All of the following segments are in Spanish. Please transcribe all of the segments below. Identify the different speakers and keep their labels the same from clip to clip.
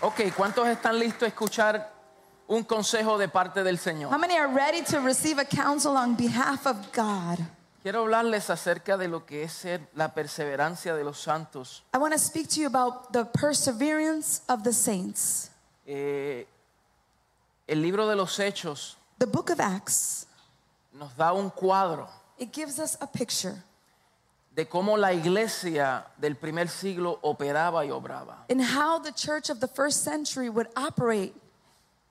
Speaker 1: Ok, ¿cuántos están listos a escuchar un consejo de parte del
Speaker 2: How
Speaker 1: Señor?
Speaker 2: many are ready to receive a counsel on behalf of God?
Speaker 1: Quiero hablarles acerca de lo que es ser la perseverancia de los santos.
Speaker 2: I want to speak to you about the perseverance of the saints.
Speaker 1: Eh, el libro de los Hechos
Speaker 2: The book of Acts,
Speaker 1: nos da un cuadro
Speaker 2: it gives us a picture
Speaker 1: de cómo la iglesia del primer siglo operaba y obraba.
Speaker 2: in how the church of the first century would operate.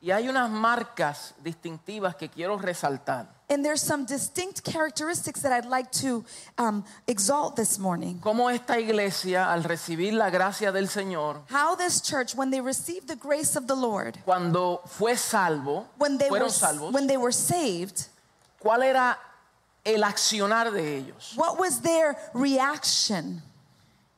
Speaker 1: Y hay unas marcas distintivas que quiero resaltar.
Speaker 2: And there's some distinct characteristics that I'd like to um, exalt this morning.
Speaker 1: Cómo esta iglesia, al recibir la gracia del Señor,
Speaker 2: How this church, when they received the grace of the Lord,
Speaker 1: cuando fue salvo,
Speaker 2: when they, were,
Speaker 1: fueron salvos,
Speaker 2: when they were saved,
Speaker 1: ¿cuál era el accionar de ellos?
Speaker 2: what was their reaction?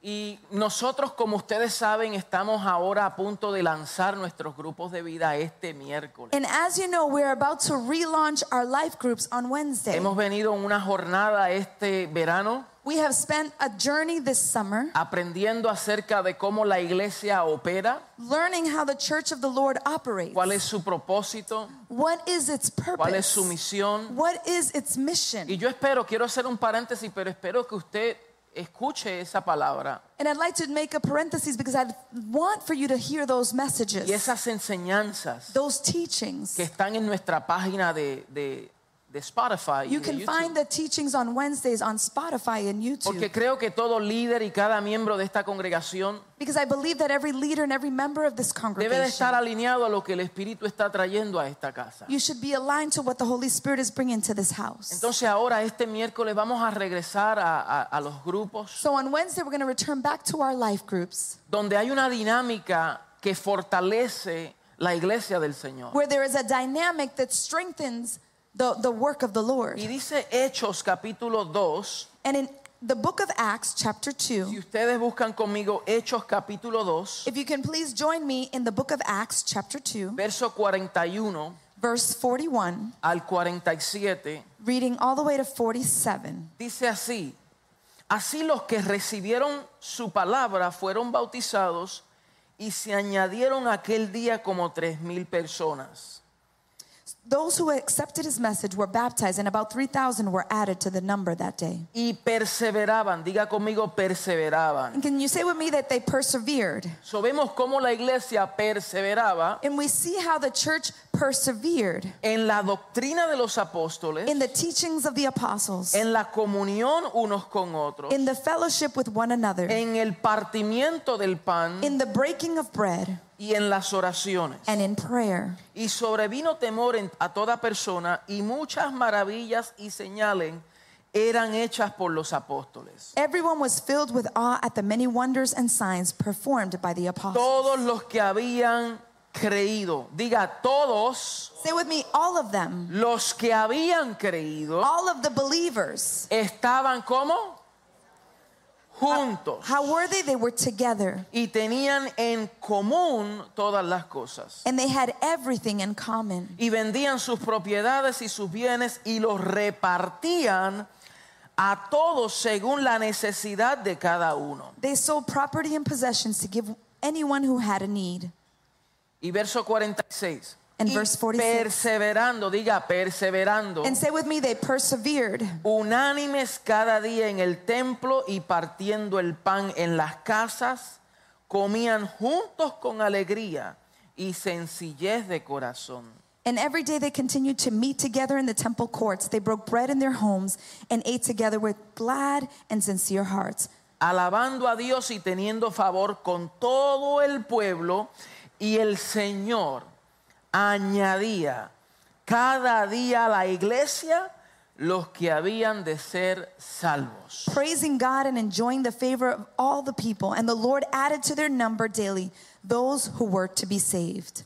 Speaker 1: Y nosotros, como ustedes saben, estamos ahora a punto de lanzar nuestros grupos de vida este miércoles.
Speaker 2: And as you know, we're about to relaunch our life groups on Wednesday.
Speaker 1: Hemos venido en una jornada este verano
Speaker 2: We have spent a journey this summer
Speaker 1: aprendiendo acerca de cómo la iglesia opera,
Speaker 2: learning how the church of the Lord operates.
Speaker 1: cuál es su propósito,
Speaker 2: What is its purpose?
Speaker 1: cuál es su misión.
Speaker 2: What is its mission?
Speaker 1: Y yo espero, quiero hacer un paréntesis, pero espero que usted escuche esa palabra
Speaker 2: And I'd like to make a parenthesis because I want for you to hear those messages,
Speaker 1: y esas enseñanzas
Speaker 2: those teachings.
Speaker 1: que están en nuestra página de, de- de Spotify. y
Speaker 2: You
Speaker 1: de
Speaker 2: can
Speaker 1: YouTube.
Speaker 2: find the teachings on Wednesdays on Spotify and YouTube.
Speaker 1: Porque creo que todo líder y cada miembro de esta congregación
Speaker 2: Because I believe that every leader and every member of this
Speaker 1: debe de estar
Speaker 2: congregation,
Speaker 1: alineado a lo que el Espíritu está trayendo a esta casa.
Speaker 2: you should be aligned to what the Holy Spirit is bringing to this house.
Speaker 1: Entonces ahora este miércoles vamos a regresar a, a- a los grupos
Speaker 2: So on Wednesday, we're going to return back to our life groups
Speaker 1: donde hay una dinámica que fortalece la iglesia del Señor.
Speaker 2: where there is a dynamic that strengthens the, the work of the Lord.
Speaker 1: Y dice Hechos capítulo 2,
Speaker 2: And in the book of Acts, chapter 2,
Speaker 1: si ustedes buscan conmigo Hechos capítulo 2,
Speaker 2: if you can please join me in the book of Acts, chapter 2,
Speaker 1: verso 41
Speaker 2: verse 41,
Speaker 1: al 47.
Speaker 2: reading all the way to 47.
Speaker 1: Dice así, así los que recibieron su palabra fueron bautizados y se añadieron aquel día como tres mil personas.
Speaker 2: Those who accepted his message were baptized, and about 3,000 were added to the number that day.
Speaker 1: Y perseveraban, diga conmigo, perseveraban.
Speaker 2: And can you say with me that they persevered?
Speaker 1: So vemos cómo la iglesia perseveraba
Speaker 2: And we see how the church persevered
Speaker 1: en la doctrina de los apóstoles,
Speaker 2: in the teachings of the apostles,
Speaker 1: en la comunión unos con otros,
Speaker 2: in the fellowship with one another,
Speaker 1: en el partimiento del pan
Speaker 2: in the breaking of bread,
Speaker 1: y en las oraciones.
Speaker 2: and in prayer.
Speaker 1: Y sobrevino temor en- a toda persona y muchas maravillas y señales eran hechas por los apóstoles.
Speaker 2: Everyone was filled with awe at the many wonders and signs performed by the apostles.
Speaker 1: Todos los que habían creído, diga todos
Speaker 2: Say with me, all of them,
Speaker 1: los que habían creído
Speaker 2: all of the believers.
Speaker 1: estaban como juntos
Speaker 2: How were they? They were together,
Speaker 1: y tenían en común todas las cosas.
Speaker 2: and they had everything in common.
Speaker 1: Y vendían sus propiedades y sus bienes y los repartían a todos según la necesidad de cada uno.
Speaker 2: They sold property and possessions to give anyone who had a need.
Speaker 1: Y verso 46.
Speaker 2: And
Speaker 1: Y
Speaker 2: verse 46.
Speaker 1: Perseverando, diga perseverando.
Speaker 2: And say with me, they persevered.
Speaker 1: unánimes cada día en el templo y partiendo el pan en las casas, comían juntos con alegría y sencillez de corazón.
Speaker 2: And every day they continued to meet together in the temple courts. They broke bread in their homes and ate together with glad and sincere hearts.
Speaker 1: Alabando a Dios y teniendo favor con todo el pueblo, y el Señor añadía cada día a la iglesia los que habían de ser salvos.
Speaker 2: praising God and enjoying the favor of all the people. And the Lord added to their number daily those who were to be saved.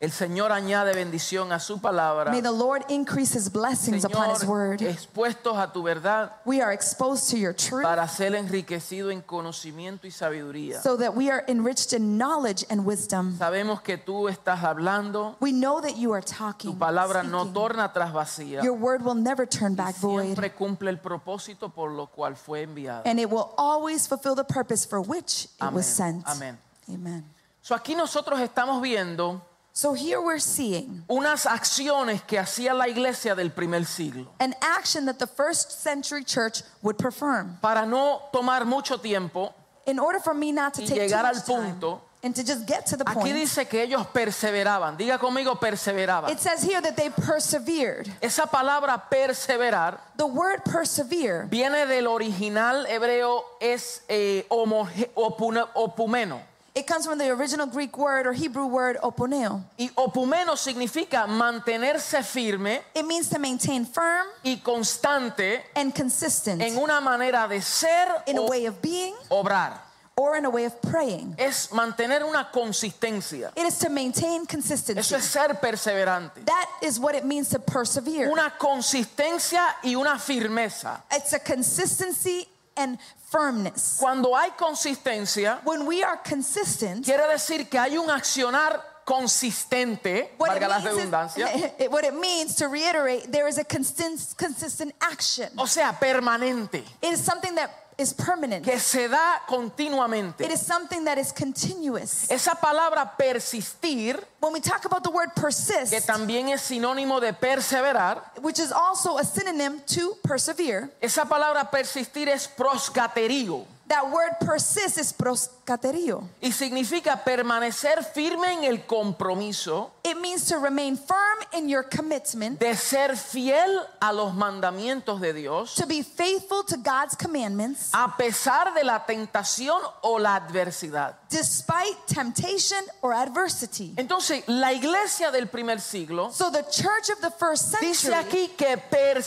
Speaker 1: El Señor añade bendición a su palabra.
Speaker 2: May the Lord increase his blessings upon his
Speaker 1: Señor, eh,
Speaker 2: word.
Speaker 1: expuestos a tu verdad
Speaker 2: We are exposed to your truth
Speaker 1: para ser enriquecido en conocimiento y sabiduría.
Speaker 2: so that we are enriched in knowledge and wisdom.
Speaker 1: Sabemos que tú estás hablando,
Speaker 2: We know that you are talking.
Speaker 1: tu palabra no
Speaker 2: speaking.
Speaker 1: torna tras vacía.
Speaker 2: Your word will never turn back void,
Speaker 1: Siempre cumple el propósito por lo cual fue enviado.
Speaker 2: and it will always fulfill the purpose for which it was
Speaker 1: Amén.
Speaker 2: sent.
Speaker 1: Amén.
Speaker 2: Amen.
Speaker 1: So, aquí nosotros estamos viendo
Speaker 2: So here we're seeing
Speaker 1: unas acciones que hacía la iglesia del primer siglo.
Speaker 2: an action that the first century church would perform.
Speaker 1: Para no tomar mucho tiempo,
Speaker 2: In order for me not to
Speaker 1: Y
Speaker 2: take too
Speaker 1: llegar al
Speaker 2: much time
Speaker 1: punto.
Speaker 2: and to just get to the
Speaker 1: aquí
Speaker 2: point,
Speaker 1: dice que ellos perseveraban. Diga conmigo, perseveraban.
Speaker 2: it says here that they persevered.
Speaker 1: Esa palabra perseverar
Speaker 2: The word persevere
Speaker 1: viene del original hebreo, es eh, homoge- opune- opumeno.
Speaker 2: It comes from the original Greek word or Hebrew word oponeo.
Speaker 1: Y opumeno significa mantenerse firme
Speaker 2: It means to maintain firm
Speaker 1: y constante
Speaker 2: and consistent
Speaker 1: en una manera de ser
Speaker 2: in a
Speaker 1: o
Speaker 2: way of being
Speaker 1: obrar.
Speaker 2: or in a way of praying.
Speaker 1: Es mantener una consistencia.
Speaker 2: It is to maintain
Speaker 1: Eso
Speaker 2: consistency.
Speaker 1: es ser perseverante.
Speaker 2: That is what it means to persevere.
Speaker 1: Una consistencia y una firmeza.
Speaker 2: It's a consistency and firmness.
Speaker 1: Cuando hay consistencia,
Speaker 2: When we are consistent,
Speaker 1: quiere decir que hay un accionar consistente,
Speaker 2: what
Speaker 1: valga la
Speaker 2: it, means
Speaker 1: redundancia,
Speaker 2: is, it- what it means to reiterate, there is a consistent, consistent action.
Speaker 1: o sea, permanente,
Speaker 2: It is something that is permanent.
Speaker 1: que se da
Speaker 2: It
Speaker 1: continuamente.
Speaker 2: is something that is continuous.
Speaker 1: Esa palabra persistir,
Speaker 2: When we talk about the word
Speaker 1: que
Speaker 2: persist,
Speaker 1: también es sinónimo de perseverar,
Speaker 2: which is also a synonym to persevere.
Speaker 1: esa palabra persistir es proscaterío
Speaker 2: That word persist is proskaterio.
Speaker 1: y significa permanecer firme en el compromiso
Speaker 2: It means to remain firm in your commitment,
Speaker 1: de ser fiel a los mandamientos de Dios
Speaker 2: to be faithful to God's commandments,
Speaker 1: a pesar de la tentación o la adversidad.
Speaker 2: despite temptation or adversity.
Speaker 1: Entonces, la iglesia del primer siglo
Speaker 2: So the church of the first
Speaker 1: dice
Speaker 2: century,
Speaker 1: aquí que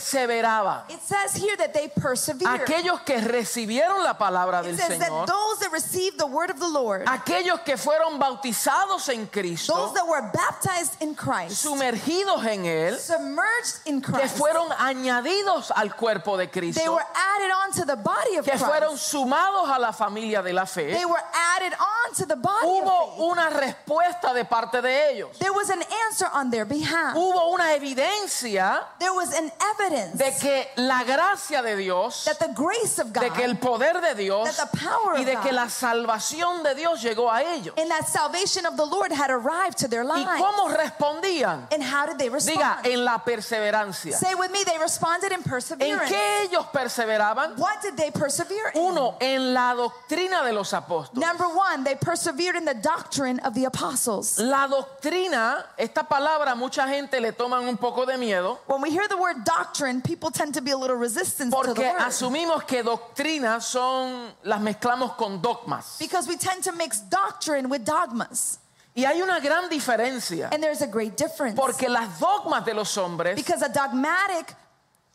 Speaker 1: perseveraba.
Speaker 2: it says here that they persevered.
Speaker 1: Aquellos que recibieron la palabra
Speaker 2: It
Speaker 1: del
Speaker 2: says that
Speaker 1: Señor,
Speaker 2: those that received the word of the Lord,
Speaker 1: aquellos que fueron bautizados en
Speaker 2: those
Speaker 1: Cristo,
Speaker 2: that were baptized in Christ,
Speaker 1: sumergidos en Él,
Speaker 2: submerged in
Speaker 1: que
Speaker 2: Christ,
Speaker 1: fueron añadidos al cuerpo de
Speaker 2: they
Speaker 1: Cristo,
Speaker 2: were added on to the body of
Speaker 1: que
Speaker 2: Christ.
Speaker 1: fueron sumados a la familia de la fe,
Speaker 2: They were added on to the body of
Speaker 1: hubo
Speaker 2: faith.
Speaker 1: una respuesta de parte de ellos.
Speaker 2: There was an answer on their behalf.
Speaker 1: Hubo una evidencia
Speaker 2: There was an evidence
Speaker 1: de que la gracia de Dios,
Speaker 2: that the grace of
Speaker 1: de
Speaker 2: God
Speaker 1: que el poder de Dios
Speaker 2: That the power
Speaker 1: y de
Speaker 2: of
Speaker 1: que
Speaker 2: God-
Speaker 1: la salvación de Dios llegó a ellos.
Speaker 2: and that salvation of the Lord had arrived to their
Speaker 1: ¿Y
Speaker 2: lives.
Speaker 1: cómo respondían?
Speaker 2: And how did they
Speaker 1: Diga,
Speaker 2: respond?
Speaker 1: en la perseverancia.
Speaker 2: Say with me, they responded in
Speaker 1: ¿En
Speaker 2: perseverance.
Speaker 1: qué ellos perseveraban?
Speaker 2: What did they persevere in?
Speaker 1: Uno, en la doctrina de los apóstoles.
Speaker 2: Number one, they persevered in the doctrine of the apostles.
Speaker 1: La doctrina, esta palabra mucha gente le toman un poco de miedo
Speaker 2: When we hear the word doctrine, people tend to be a little resistant to the
Speaker 1: porque
Speaker 2: word.
Speaker 1: asumimos que doctrinas son, las mezclamos con dogmas.
Speaker 2: Because we tend to mix doctrine with dogmas.
Speaker 1: Y hay una gran diferencia
Speaker 2: And there's a great difference.
Speaker 1: porque las dogmas de los hombres
Speaker 2: Because a dogmatic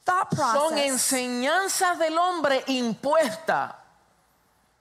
Speaker 2: thought
Speaker 1: son
Speaker 2: process,
Speaker 1: enseñanzas del hombre impuestas,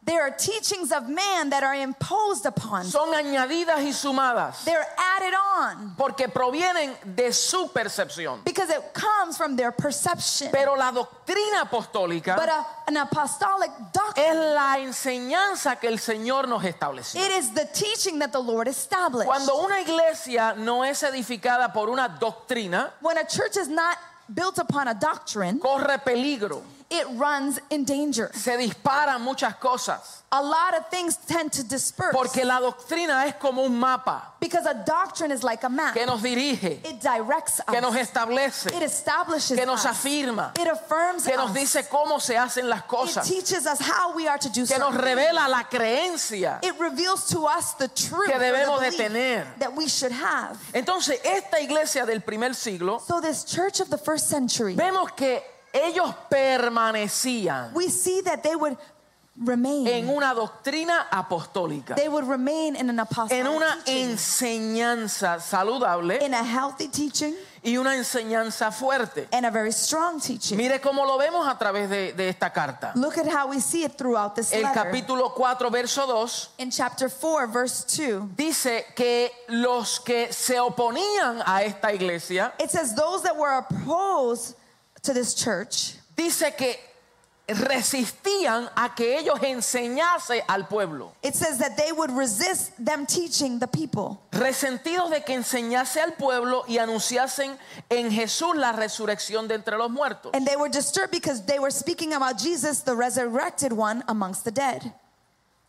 Speaker 2: there are teachings of man that are imposed upon.
Speaker 1: son añadidas y sumadas
Speaker 2: They're added on
Speaker 1: porque provienen de su percepción.
Speaker 2: because it comes from their perception.
Speaker 1: Pero la doctrina
Speaker 2: But
Speaker 1: apostólica
Speaker 2: a, an apostolic doctrine,
Speaker 1: es la enseñanza que el Señor nos estableció.
Speaker 2: it is the teaching that the Lord established.
Speaker 1: Cuando una iglesia no es edificada por una doctrina,
Speaker 2: When a church is not built upon a doctrine,
Speaker 1: corre peligro,
Speaker 2: it runs in danger.
Speaker 1: se disparan muchas cosas,
Speaker 2: A lot of things tend to disperse
Speaker 1: porque la doctrina es como un mapa
Speaker 2: because a doctrine is like a map.
Speaker 1: que nos dirige,
Speaker 2: It directs
Speaker 1: que nos
Speaker 2: us. It
Speaker 1: establece,
Speaker 2: establishes
Speaker 1: que nos
Speaker 2: us.
Speaker 1: afirma,
Speaker 2: It affirms
Speaker 1: que nos
Speaker 2: us.
Speaker 1: dice cómo se hacen las
Speaker 2: It
Speaker 1: cosas,
Speaker 2: teaches us how we are to do
Speaker 1: que nos
Speaker 2: something.
Speaker 1: revela la creencia.
Speaker 2: It reveals to us the truth
Speaker 1: Que
Speaker 2: or the
Speaker 1: debemos de
Speaker 2: belief
Speaker 1: tener.
Speaker 2: that we should have.
Speaker 1: Entonces, esta iglesia del primer siglo
Speaker 2: So this church of the first century,
Speaker 1: vemos que ellos permanecían
Speaker 2: we see that they would remain.
Speaker 1: en una doctrina apostólica,
Speaker 2: they would remain in an apostle.
Speaker 1: en una enseñanza saludable
Speaker 2: in a healthy teaching
Speaker 1: y una enseñanza fuerte.
Speaker 2: and a very strong teaching.
Speaker 1: Mire cómo lo vemos a través de, de esta carta.
Speaker 2: Look at how we see it throughout this
Speaker 1: El
Speaker 2: letter.
Speaker 1: capítulo 4, verso 2,
Speaker 2: in chapter 4, verse 2,
Speaker 1: dice que los que se oponían a esta iglesia,
Speaker 2: it says, Those that were opposed to this church,
Speaker 1: dice que resistían a que ellos enseñase al pueblo.
Speaker 2: it says that they would resist them teaching the people.
Speaker 1: resentidos de que enseñase al pueblo y anunciasen en Jesús la resurrección de entre los muertos.
Speaker 2: And they were disturbed because they were speaking about Jesus, the resurrected one, amongst the dead.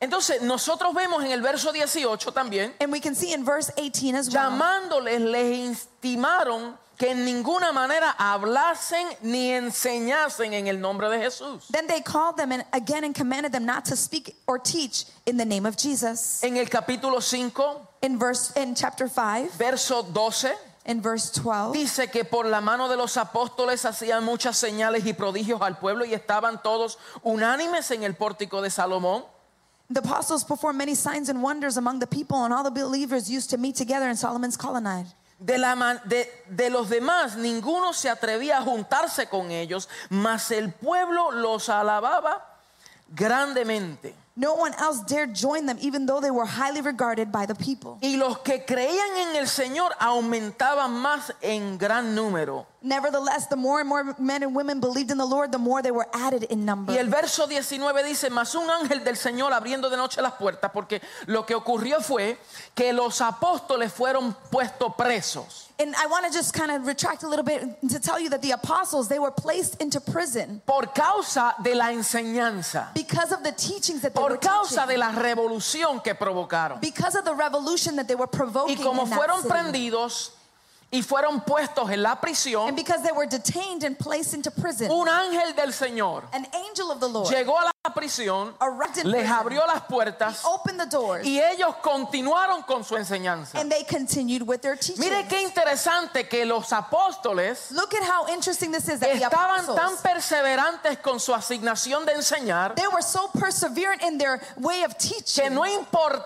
Speaker 1: Entonces, nosotros vemos en el verso 18 también,
Speaker 2: And we can see in verse 18 as well.
Speaker 1: llamándoles, les intimaron que en ninguna manera hablasen ni enseñasen en el nombre de Jesús.
Speaker 2: Then they called them and again and commanded them not to speak or teach in the name of Jesus.
Speaker 1: En el capítulo 5,
Speaker 2: In verse in chapter 5,
Speaker 1: verso 12,
Speaker 2: in verse 12,
Speaker 1: dice que por la mano de los apóstoles hacían muchas señales y prodigios al pueblo y estaban todos unánimes en el pórtico de Salomón.
Speaker 2: the apostles performed many signs and wonders among the people, and all the believers used to meet together in Solomon's colonnade.
Speaker 1: De, la man- de- de los demás, ninguno se atrevía a juntarse con ellos, mas el pueblo los alababa grandemente.
Speaker 2: No one else dared join them, even though they were highly regarded by the people.
Speaker 1: Y los que creían en el Señor aumentaban más en gran número.
Speaker 2: Nevertheless, the more and more men and women believed in the Lord, the more they were added in number.
Speaker 1: Y el verso 19 dice, mas un ángel del Señor abriendo de noche las puertas, porque lo que ocurrió fue que los apóstoles fueron puestos presos
Speaker 2: And I want to just kind of retract a little bit to tell you that the apostles, they were placed into prison
Speaker 1: por causa de la enseñanza,
Speaker 2: because of the teachings that they
Speaker 1: por
Speaker 2: were
Speaker 1: causa
Speaker 2: teaching.
Speaker 1: de la revolución que provocaron.
Speaker 2: because of the revolution that they were provoking
Speaker 1: Y como
Speaker 2: in that
Speaker 1: fueron
Speaker 2: city.
Speaker 1: prendidos y fueron puestos en la
Speaker 2: and
Speaker 1: prisión,
Speaker 2: because they were detained and placed into prison
Speaker 1: un ángel del Señor
Speaker 2: an angel of the lord
Speaker 1: llegó a la prisión,
Speaker 2: arrived in
Speaker 1: les
Speaker 2: prison.
Speaker 1: abrió las
Speaker 2: He
Speaker 1: puertas
Speaker 2: opened the doors
Speaker 1: y ellos continuaron con su enseñanza.
Speaker 2: and they continued with their teaching
Speaker 1: Mire qué interesante que los apóstoles
Speaker 2: look at how interesting this is that the
Speaker 1: estaban tan
Speaker 2: apostles
Speaker 1: perseverantes con su asignación de enseñar
Speaker 2: they were so perseverant in their way of
Speaker 1: que
Speaker 2: teaching
Speaker 1: no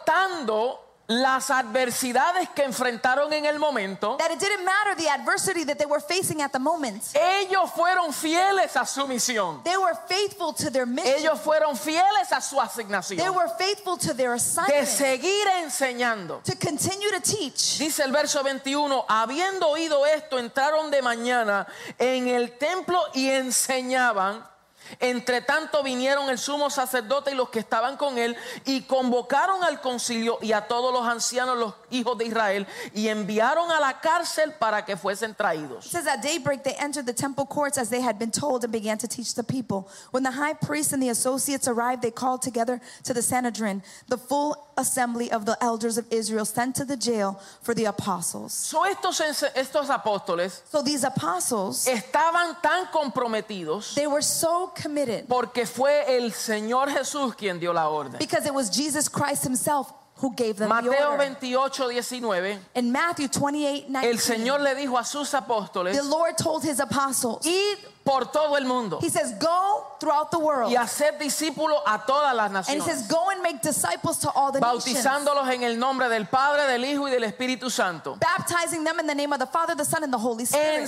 Speaker 1: importando las adversidades que enfrentaron en el momento,
Speaker 2: that it didn't matter the adversity that they were facing at the moment
Speaker 1: ellos fueron fieles a su misión.
Speaker 2: they were faithful to their mission
Speaker 1: Ellos fueron fieles a su
Speaker 2: they
Speaker 1: asignación
Speaker 2: were faithful to their
Speaker 1: de
Speaker 2: assignment
Speaker 1: seguir enseñando.
Speaker 2: to continue to teach
Speaker 1: Dice el verso 21, habiendo oído esto, entraron de mañana en el templo y enseñaban. Entre tanto vinieron el sumo sacerdote y los que estaban con él y convocaron al concilio y a todos los ancianos, los hijos de Israel, y enviaron a la cárcel para que fuesen
Speaker 2: It
Speaker 1: traídos.
Speaker 2: says at daybreak they entered the temple courts as they had been told and began to teach the people. When the high priest and the associates arrived, they called together to the Sanhedrin, the full assembly of the elders of Israel sent to the jail for the apostles.
Speaker 1: So, estos, ense- estos apóstoles
Speaker 2: So these apostles,
Speaker 1: estaban tan comprometidos
Speaker 2: they were so committed
Speaker 1: porque fue el Señor Jesús quien dio la orden.
Speaker 2: because it was Jesus Christ himself who gave them the
Speaker 1: Mateo
Speaker 2: order.
Speaker 1: 28, 19.
Speaker 2: In Matthew 28,
Speaker 1: El
Speaker 2: 19,
Speaker 1: Señor le dijo a sus apóstoles,
Speaker 2: the Lord told his apostles,
Speaker 1: id por todo el mundo
Speaker 2: he says, go throughout the world.
Speaker 1: y hacer discípulos a todas las
Speaker 2: And he says,
Speaker 1: naciones,
Speaker 2: go and make disciples to all the nations.
Speaker 1: bautizándolos en el nombre del Padre, del Hijo y del Espíritu Santo,
Speaker 2: baptizing them in the name of the Father, the Son, and the Holy Spirit.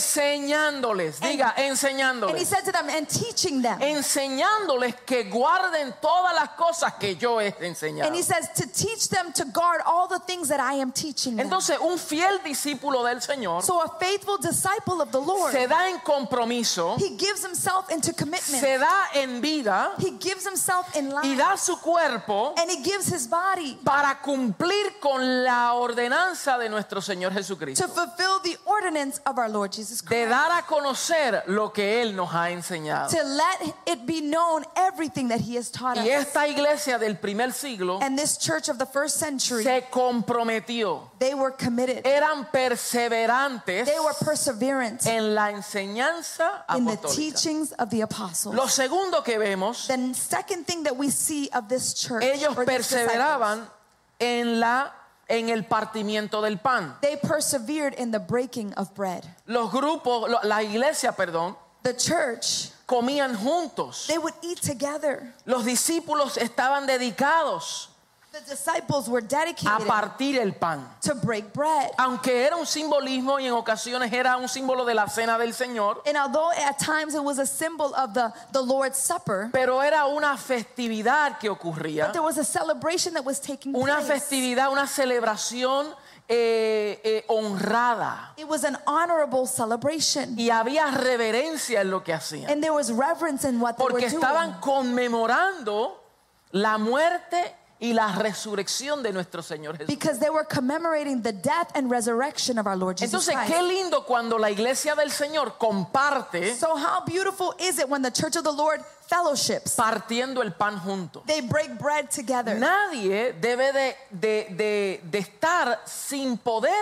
Speaker 1: enseñándoles,
Speaker 2: And-
Speaker 1: diga,
Speaker 2: And he
Speaker 1: enseñándoles,
Speaker 2: said to them, and teaching them.
Speaker 1: enseñándoles que guarden todas las cosas que yo he enseñado.
Speaker 2: And he says, to teach them to guard all the things that I am teaching them.
Speaker 1: Entonces, un fiel discípulo del Señor
Speaker 2: So a faithful disciple of the Lord,
Speaker 1: se da en compromiso,
Speaker 2: he gives himself into commitment.
Speaker 1: se da en vida
Speaker 2: He gives himself in
Speaker 1: y
Speaker 2: life.
Speaker 1: da su cuerpo
Speaker 2: And he gives his body
Speaker 1: para cumplir con la ordenanza de nuestro Señor Jesucristo.
Speaker 2: to fulfill the ordinance of our Lord Jesus
Speaker 1: de
Speaker 2: Christ.
Speaker 1: dar a conocer lo que Él nos ha enseñado.
Speaker 2: To let it be known everything that he has taught
Speaker 1: Y
Speaker 2: us.
Speaker 1: esta iglesia del primer siglo
Speaker 2: And this church of the first century,
Speaker 1: se comprometió,
Speaker 2: they were committed.
Speaker 1: eran perseverantes
Speaker 2: They were perseverant
Speaker 1: en la enseñanza
Speaker 2: in the
Speaker 1: apostólica.
Speaker 2: teachings of the apostles.
Speaker 1: Lo segundo que vemos,
Speaker 2: The second thing that we see of this church,
Speaker 1: ellos
Speaker 2: or these disciples,
Speaker 1: perseveraban en la en el partimiento del pan.
Speaker 2: they persevered in the breaking of bread.
Speaker 1: Los grupos, lo- la iglesia, perdón,
Speaker 2: The church,
Speaker 1: comían juntos.
Speaker 2: they would eat together.
Speaker 1: Los discípulos estaban dedicados
Speaker 2: The disciples were
Speaker 1: a
Speaker 2: dedicated
Speaker 1: partir el pan.
Speaker 2: to break bread.
Speaker 1: aunque era un simbolismo y en ocasiones era un símbolo de la cena del Señor,
Speaker 2: And although at times it was a symbol of the, the Lord's Supper,
Speaker 1: pero era una festividad que ocurría,
Speaker 2: but there was a celebration that was taking
Speaker 1: una
Speaker 2: place.
Speaker 1: festividad, una celebración eh, eh, honrada
Speaker 2: It was an honorable celebration.
Speaker 1: y había reverencia en lo que hacían,
Speaker 2: And there was reverence in what they were
Speaker 1: porque
Speaker 2: doing.
Speaker 1: estaban conmemorando la muerte y la resurrección de nuestro Señor Jesús.
Speaker 2: Because they were commemorating the death and resurrection of our Lord Jesus
Speaker 1: Entonces,
Speaker 2: Christ.
Speaker 1: qué lindo cuando la iglesia del Señor comparte
Speaker 2: So how beautiful is it when the church of the Lord fellowships.
Speaker 1: partiendo el pan juntos.
Speaker 2: They break bread together.
Speaker 1: Nadie debe de, de- de- de estar sin poder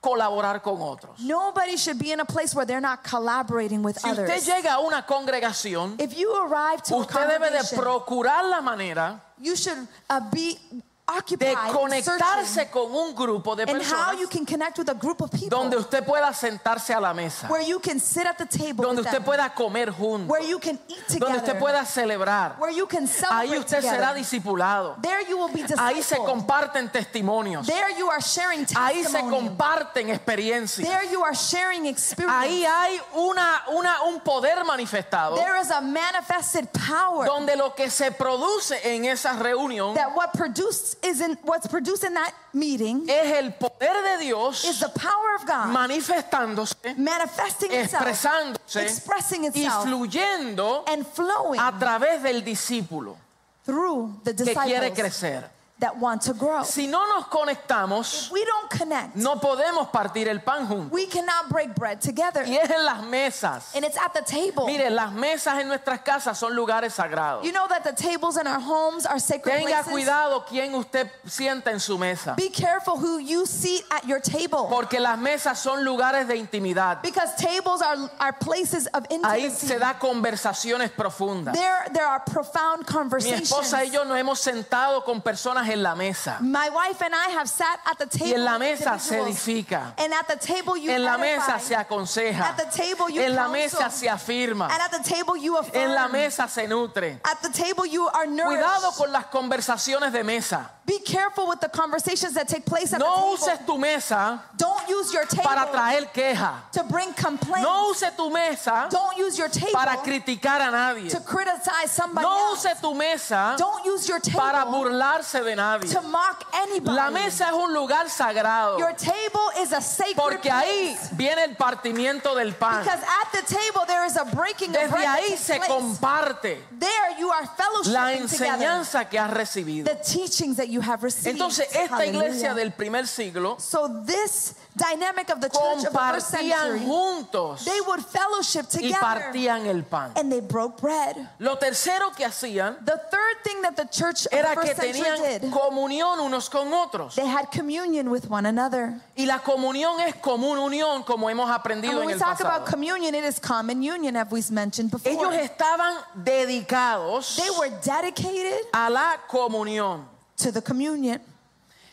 Speaker 1: colaborar con otros.
Speaker 2: Nobody should be in a place where they're not collaborating with
Speaker 1: Si usted
Speaker 2: others.
Speaker 1: llega a una congregación,
Speaker 2: If you arrive to a
Speaker 1: usted debe de
Speaker 2: congregation,
Speaker 1: procurar la manera
Speaker 2: you should uh, be
Speaker 1: de
Speaker 2: occupied in searching
Speaker 1: conectarse con un grupo de
Speaker 2: and how you
Speaker 1: personas
Speaker 2: can connect with a group of
Speaker 1: donde
Speaker 2: people
Speaker 1: usted pueda sentarse a la mesa,
Speaker 2: where you can sit at the table
Speaker 1: donde
Speaker 2: with
Speaker 1: usted
Speaker 2: them,
Speaker 1: pueda comer juntos,
Speaker 2: where you can eat
Speaker 1: donde usted
Speaker 2: together,
Speaker 1: pueda celebrar.
Speaker 2: where you can
Speaker 1: Ahí
Speaker 2: celebrate
Speaker 1: usted será
Speaker 2: together.
Speaker 1: discipulado.
Speaker 2: There you will be
Speaker 1: Ahí se
Speaker 2: discipled.
Speaker 1: comparten testimonios.
Speaker 2: There you are sharing
Speaker 1: Ahí se
Speaker 2: testimony.
Speaker 1: comparten experiencias.
Speaker 2: There you are sharing experience.
Speaker 1: Ahí hay una, una- un poder manifestado
Speaker 2: There is a manifested power
Speaker 1: donde lo que se produce en esa reunión
Speaker 2: that what produced is in what's produced in that meeting
Speaker 1: es el poder de
Speaker 2: is
Speaker 1: Dios
Speaker 2: the power of God
Speaker 1: manifestándose,
Speaker 2: manifesting itself,
Speaker 1: expresándose
Speaker 2: expressing
Speaker 1: y
Speaker 2: itself,
Speaker 1: fluyendo
Speaker 2: and flowing
Speaker 1: a través del discípulo
Speaker 2: through the
Speaker 1: que quiere
Speaker 2: disciples
Speaker 1: crecer.
Speaker 2: that want to grow.
Speaker 1: Si no nos conectamos,
Speaker 2: We don't connect.
Speaker 1: no podemos partir el pan juntos.
Speaker 2: We cannot break bread together.
Speaker 1: Y es en las mesas.
Speaker 2: And it's at the table.
Speaker 1: Mire, las mesas en nuestras casas son lugares sagrados.
Speaker 2: You know that the tables in our homes are sacred
Speaker 1: Tenga
Speaker 2: places.
Speaker 1: cuidado quien usted sienta en su mesa.
Speaker 2: Be careful who you seat at your table.
Speaker 1: Porque las mesas son lugares de intimidad.
Speaker 2: Because tables are, are places of
Speaker 1: Ahí
Speaker 2: intimacy.
Speaker 1: se da conversaciones profundas.
Speaker 2: There, there are profound
Speaker 1: Mi
Speaker 2: conversations.
Speaker 1: esposa y yo nos hemos sentado con personas en la mesa.
Speaker 2: My wife and I have sat at the table.
Speaker 1: Y en la
Speaker 2: with
Speaker 1: mesa se
Speaker 2: individuals.
Speaker 1: edifica.
Speaker 2: And at the table you
Speaker 1: En la
Speaker 2: edify.
Speaker 1: mesa se aconseja.
Speaker 2: At the table you
Speaker 1: En la
Speaker 2: counsel.
Speaker 1: mesa se afirma.
Speaker 2: And at the table you affirm.
Speaker 1: En la mesa se nutre.
Speaker 2: At the table you are nourished.
Speaker 1: Cuidado con las conversaciones de mesa.
Speaker 2: Be careful with the conversations that take place at
Speaker 1: No
Speaker 2: the table.
Speaker 1: uses tu mesa
Speaker 2: Don't use your table
Speaker 1: para traer queja.
Speaker 2: to bring complaints.
Speaker 1: No use tu mesa
Speaker 2: Don't use your table
Speaker 1: para criticar a nadie.
Speaker 2: to criticize somebody
Speaker 1: No
Speaker 2: else.
Speaker 1: use tu mesa
Speaker 2: Don't use your table
Speaker 1: para burlarse de nadie.
Speaker 2: to mock anybody.
Speaker 1: La mesa es un lugar sagrado
Speaker 2: Your table is a sacred
Speaker 1: porque ahí
Speaker 2: place.
Speaker 1: viene el partimiento del pan.
Speaker 2: Because at the table there is a breaking of bread.
Speaker 1: Desde
Speaker 2: that
Speaker 1: ahí
Speaker 2: takes
Speaker 1: se
Speaker 2: place.
Speaker 1: comparte
Speaker 2: There you are
Speaker 1: la
Speaker 2: fellowshipping together.
Speaker 1: enseñanza que has recibido.
Speaker 2: The teachings that you have received.
Speaker 1: Entonces, esta
Speaker 2: Hallelujah.
Speaker 1: iglesia del primer siglo
Speaker 2: so this dynamic of the church of the first
Speaker 1: compartían
Speaker 2: century,
Speaker 1: juntos
Speaker 2: they would fellowship
Speaker 1: y
Speaker 2: together
Speaker 1: partían el pan.
Speaker 2: and they broke bread.
Speaker 1: Lo tercero que hacían
Speaker 2: The third thing that the church of
Speaker 1: era
Speaker 2: the
Speaker 1: que
Speaker 2: first century
Speaker 1: tenían
Speaker 2: did,
Speaker 1: comunión unos con otros.
Speaker 2: they had communion with one another.
Speaker 1: Y la comunión es común unión, como hemos
Speaker 2: And
Speaker 1: aprendido
Speaker 2: when
Speaker 1: en
Speaker 2: we
Speaker 1: el
Speaker 2: talk about
Speaker 1: pasado.
Speaker 2: communion, it is common union, as we've mentioned before.
Speaker 1: Ellos estaban dedicados
Speaker 2: They were dedicated
Speaker 1: a la comunión.
Speaker 2: to the communion.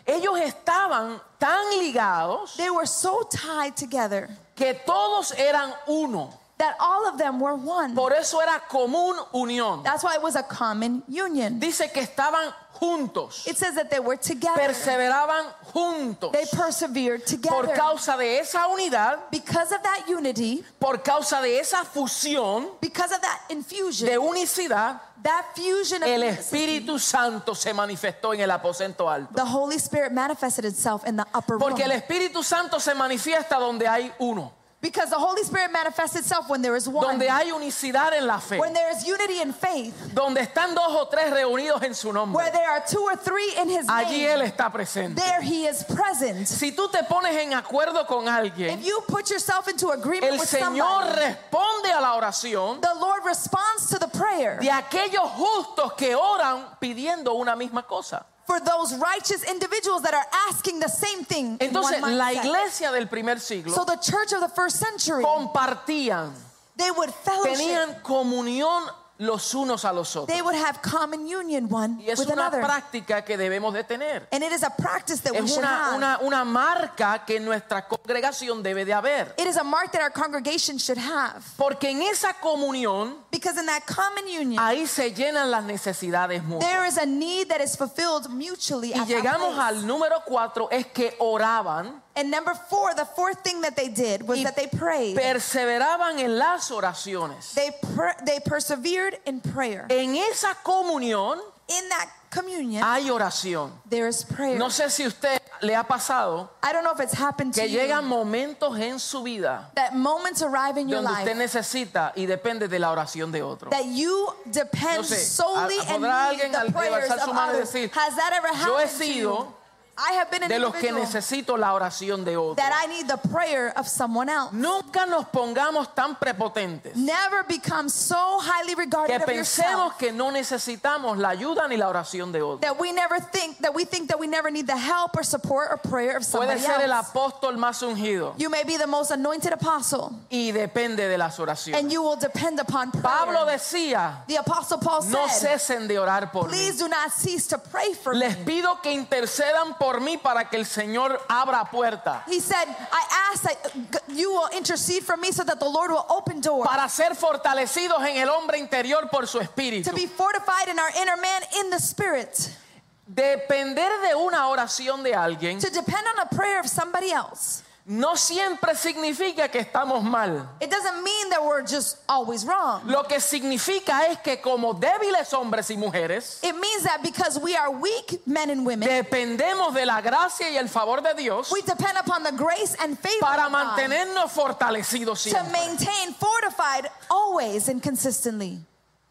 Speaker 1: Ellos estaban tan ligados
Speaker 2: They were so tied together
Speaker 1: que todos eran uno.
Speaker 2: that all of them were one.
Speaker 1: Por eso era común unión.
Speaker 2: That's why it was a common union.
Speaker 1: Dice que estaban juntos,
Speaker 2: It says that they were together.
Speaker 1: perseveraban juntos.
Speaker 2: They persevered
Speaker 1: Por
Speaker 2: together.
Speaker 1: causa de esa unidad,
Speaker 2: Because of that unity,
Speaker 1: por causa de esa fusión
Speaker 2: because of that infusion,
Speaker 1: de unicidad,
Speaker 2: that fusion of
Speaker 1: el
Speaker 2: unity,
Speaker 1: Espíritu Santo se manifestó en el aposento alto.
Speaker 2: the Holy Spirit manifested itself in the upper room.
Speaker 1: Porque el Espíritu Santo se manifiesta donde hay uno,
Speaker 2: Because the Holy Spirit manifests itself when there is one,
Speaker 1: donde hay unicidad en la fe,
Speaker 2: when there is unity in faith,
Speaker 1: donde están dos o tres reunidos en su
Speaker 2: where
Speaker 1: nombre.
Speaker 2: there are two or three in His
Speaker 1: Allí
Speaker 2: name.
Speaker 1: Él está presente.
Speaker 2: There He is present.
Speaker 1: Si tú te pones en acuerdo con alguien,
Speaker 2: If you put yourself into agreement
Speaker 1: el
Speaker 2: with
Speaker 1: Señor
Speaker 2: somebody,
Speaker 1: responde a la oración
Speaker 2: the Lord responds to the prayer
Speaker 1: de aquellos justos que oran pidiendo una misma cosa.
Speaker 2: for those righteous individuals that are asking the same thing. in one
Speaker 1: Entonces, la
Speaker 2: mindset.
Speaker 1: iglesia del primer
Speaker 2: So
Speaker 1: siglo
Speaker 2: the church of the first century,
Speaker 1: compartían,
Speaker 2: they would fellowship.
Speaker 1: tenían comunión los unos a los otros.
Speaker 2: They would have common union one
Speaker 1: Y es
Speaker 2: with
Speaker 1: una
Speaker 2: another.
Speaker 1: práctica que debemos de tener.
Speaker 2: And it is a practice that we
Speaker 1: Es
Speaker 2: should
Speaker 1: una,
Speaker 2: have.
Speaker 1: una, una marca que en nuestra congregación debe de haber.
Speaker 2: It is a mark that our congregation should have.
Speaker 1: Porque en esa comunión,
Speaker 2: Because in that common union,
Speaker 1: ahí se llenan las necesidades mutuas.
Speaker 2: there is a need that is fulfilled mutually.
Speaker 1: Y
Speaker 2: at that
Speaker 1: llegamos
Speaker 2: place.
Speaker 1: al número cuatro, es que oraban,
Speaker 2: And number four, the fourth thing that they did was
Speaker 1: Y
Speaker 2: that they prayed.
Speaker 1: perseveraban en las oraciones.
Speaker 2: They, per- they persevered in prayer.
Speaker 1: En esa comunión
Speaker 2: In that communion,
Speaker 1: hay oración.
Speaker 2: there is prayer.
Speaker 1: No sé si a usted le ha pasado
Speaker 2: I don't know if it's happened to
Speaker 1: que llegan
Speaker 2: you
Speaker 1: momentos en su vida
Speaker 2: that moments arrive in your
Speaker 1: donde usted
Speaker 2: life
Speaker 1: necesita y depende de la oración de otro.
Speaker 2: that you depend
Speaker 1: No sé,
Speaker 2: solely
Speaker 1: a-
Speaker 2: and
Speaker 1: podrá
Speaker 2: need
Speaker 1: alguien
Speaker 2: the
Speaker 1: al
Speaker 2: prayers
Speaker 1: levantar su
Speaker 2: of
Speaker 1: mano y
Speaker 2: others.
Speaker 1: decir,
Speaker 2: Has that ever
Speaker 1: Yo he
Speaker 2: happened to you?
Speaker 1: sido
Speaker 2: I have been an
Speaker 1: de los que
Speaker 2: individual
Speaker 1: necesito la oración de otros.
Speaker 2: that I need the prayer of someone else.
Speaker 1: Nunca nos pongamos tan prepotentes
Speaker 2: Never become so highly
Speaker 1: que
Speaker 2: regarded of
Speaker 1: pensemos
Speaker 2: yourself
Speaker 1: que no necesitamos la ayuda ni la oración de otros.
Speaker 2: that we never think that we think that we never need the help or support or prayer of
Speaker 1: Puede
Speaker 2: somebody
Speaker 1: ser el
Speaker 2: else.
Speaker 1: apóstol más ungido
Speaker 2: You may be the most anointed apostle,
Speaker 1: y depende de las oraciones.
Speaker 2: and you will depend upon prayer.
Speaker 1: Pablo decía,
Speaker 2: the apostle Paul
Speaker 1: no
Speaker 2: said,
Speaker 1: cesen de orar por mí.
Speaker 2: "Please do not cease to pray for
Speaker 1: Les
Speaker 2: me."
Speaker 1: pido que intercedan por mí para que el Señor abra puertas.
Speaker 2: He said, "I ask that you will intercede for me so that the Lord will open doors."
Speaker 1: para ser fortalecidos en el hombre interior por su espíritu.
Speaker 2: to be fortified in our inner man in the spirit,
Speaker 1: Depender de una oración de alguien
Speaker 2: to depend on a prayer of somebody else.
Speaker 1: no siempre significa que estamos mal.
Speaker 2: It doesn't mean that we're just always wrong.
Speaker 1: Lo que significa es que como débiles hombres y mujeres,
Speaker 2: It means that because we are weak men and women,
Speaker 1: dependemos de la gracia y el favor de Dios
Speaker 2: we depend upon the grace and favor
Speaker 1: para
Speaker 2: of God
Speaker 1: mantenernos fortalecidos
Speaker 2: to
Speaker 1: siempre.
Speaker 2: maintain fortified always and consistently.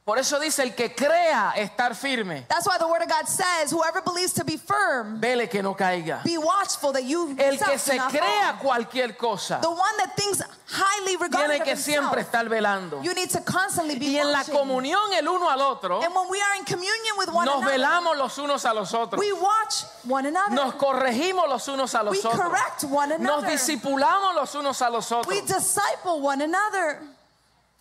Speaker 1: Por eso dice el que crea estar firme,
Speaker 2: That's why the word of God says, whoever believes to be firm,
Speaker 1: vele que no caiga.
Speaker 2: be watchful that you
Speaker 1: El que
Speaker 2: yourself do
Speaker 1: se
Speaker 2: not
Speaker 1: crea
Speaker 2: fall.
Speaker 1: cualquier cosa
Speaker 2: the one that thinks highly regarding
Speaker 1: tiene que siempre estar velando.
Speaker 2: you need to constantly be
Speaker 1: Y en la
Speaker 2: watching.
Speaker 1: comunión el uno al otro,
Speaker 2: and when we are in communion with one
Speaker 1: Nos
Speaker 2: another,
Speaker 1: velamos los unos a los otros.
Speaker 2: We watch one another.
Speaker 1: Nos corregimos los unos a
Speaker 2: we
Speaker 1: los otros.
Speaker 2: correct one
Speaker 1: Nos
Speaker 2: another.
Speaker 1: discipulamos los unos a los otros.
Speaker 2: We disciple one another.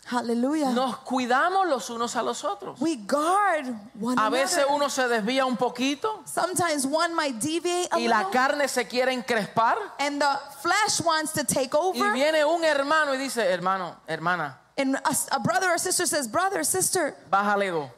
Speaker 2: Hallelujah.
Speaker 1: Nos cuidamos los unos a los otros.
Speaker 2: We guard one
Speaker 1: A veces
Speaker 2: another.
Speaker 1: uno se desvía un poquito
Speaker 2: Sometimes one might deviate a
Speaker 1: y la
Speaker 2: little,
Speaker 1: carne se quiere encrespar
Speaker 2: and the flesh wants to take
Speaker 1: y
Speaker 2: over.
Speaker 1: viene un hermano y dice, hermano, hermana,
Speaker 2: And a, a brother or sister says, "Brother, sister,
Speaker 1: bájale dos,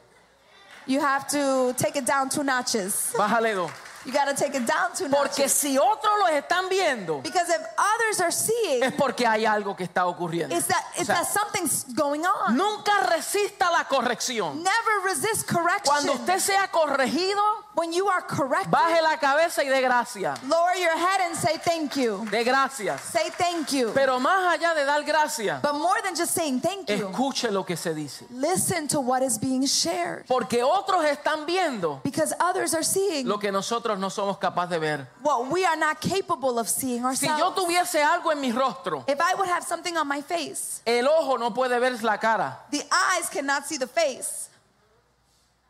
Speaker 2: you have to take it down two notches.
Speaker 1: bájale dos.
Speaker 2: You got to take it down two
Speaker 1: Porque
Speaker 2: notches."
Speaker 1: si otros los están viendo,
Speaker 2: Because if others are seeing,
Speaker 1: es porque hay algo que está ocurriendo.
Speaker 2: it's that
Speaker 1: O
Speaker 2: it's
Speaker 1: sea,
Speaker 2: that something's going on.
Speaker 1: nunca resista la corrección.
Speaker 2: Never resist
Speaker 1: Cuando
Speaker 2: correction.
Speaker 1: usted sea corregido,
Speaker 2: When you are corrected,
Speaker 1: Baje la cabeza y dé gracias.
Speaker 2: Lower your head and say thank you.
Speaker 1: De gracias.
Speaker 2: Say thank you.
Speaker 1: Pero más allá de dar gracias,
Speaker 2: But more than just saying thank you,
Speaker 1: escuche lo que se dice.
Speaker 2: listen to what is being shared
Speaker 1: Porque otros están viendo
Speaker 2: because others are seeing
Speaker 1: lo que nosotros no somos capaces de ver.
Speaker 2: what we are not capable of seeing
Speaker 1: Si yo
Speaker 2: ourselves.
Speaker 1: tuviese algo en mi rostro,
Speaker 2: If I would have something on my face,
Speaker 1: el ojo no puede ver la cara,
Speaker 2: the eyes cannot see the face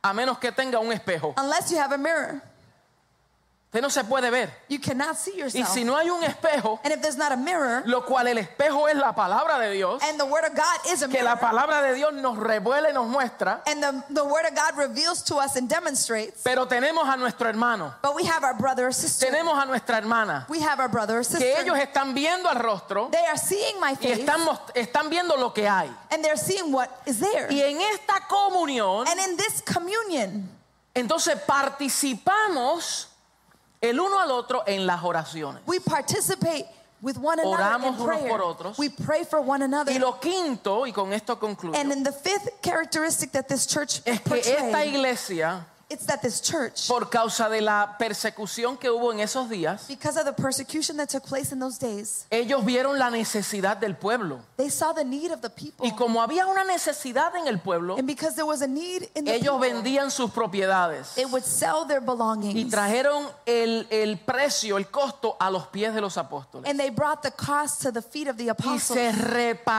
Speaker 1: a menos que tenga un espejo.
Speaker 2: unless you have a mirror.
Speaker 1: Usted no se puede ver.
Speaker 2: You cannot see
Speaker 1: Y
Speaker 2: yourself.
Speaker 1: si no hay un espejo,
Speaker 2: And if there's not a mirror,
Speaker 1: lo cual el espejo es la palabra de Dios,
Speaker 2: and the Word of God is a
Speaker 1: que la
Speaker 2: mirror,
Speaker 1: palabra de Dios nos revuela y nos muestra,
Speaker 2: and the, the Word of God reveals to us and demonstrates,
Speaker 1: pero tenemos a nuestro hermano,
Speaker 2: but we have our brother or sister.
Speaker 1: tenemos a nuestra hermana,
Speaker 2: We have our brother or sister.
Speaker 1: que ellos están viendo al rostro
Speaker 2: They are seeing my
Speaker 1: y
Speaker 2: face.
Speaker 1: están, mos- están viendo lo que hay.
Speaker 2: and they're seeing what is there.
Speaker 1: Y en esta comunión,
Speaker 2: And in this communion,
Speaker 1: entonces participamos el uno al otro en las oraciones.
Speaker 2: we participate with one another
Speaker 1: Oramos
Speaker 2: in
Speaker 1: unos
Speaker 2: prayer.
Speaker 1: por otros.
Speaker 2: We pray for one another.
Speaker 1: Y lo quinto, y con esto concluyo,
Speaker 2: and in the fifth characteristic that this church
Speaker 1: es que esta
Speaker 2: portrayed,
Speaker 1: iglesia,
Speaker 2: it's that this church,
Speaker 1: por causa de la persecución que hubo en esos días,
Speaker 2: because of the persecution that took place in those days,
Speaker 1: ellos vieron la necesidad del pueblo.
Speaker 2: they saw the need of the people.
Speaker 1: Y como había una necesidad en el pueblo,
Speaker 2: and because there was a need in the
Speaker 1: ellos
Speaker 2: people,
Speaker 1: vendían sus propiedades
Speaker 2: they would sell their
Speaker 1: y
Speaker 2: belongings.
Speaker 1: trajeron el, el precio, el costo a los pies de los apóstoles.
Speaker 2: And they brought the cost to the feet of the
Speaker 1: y
Speaker 2: apostles.
Speaker 1: se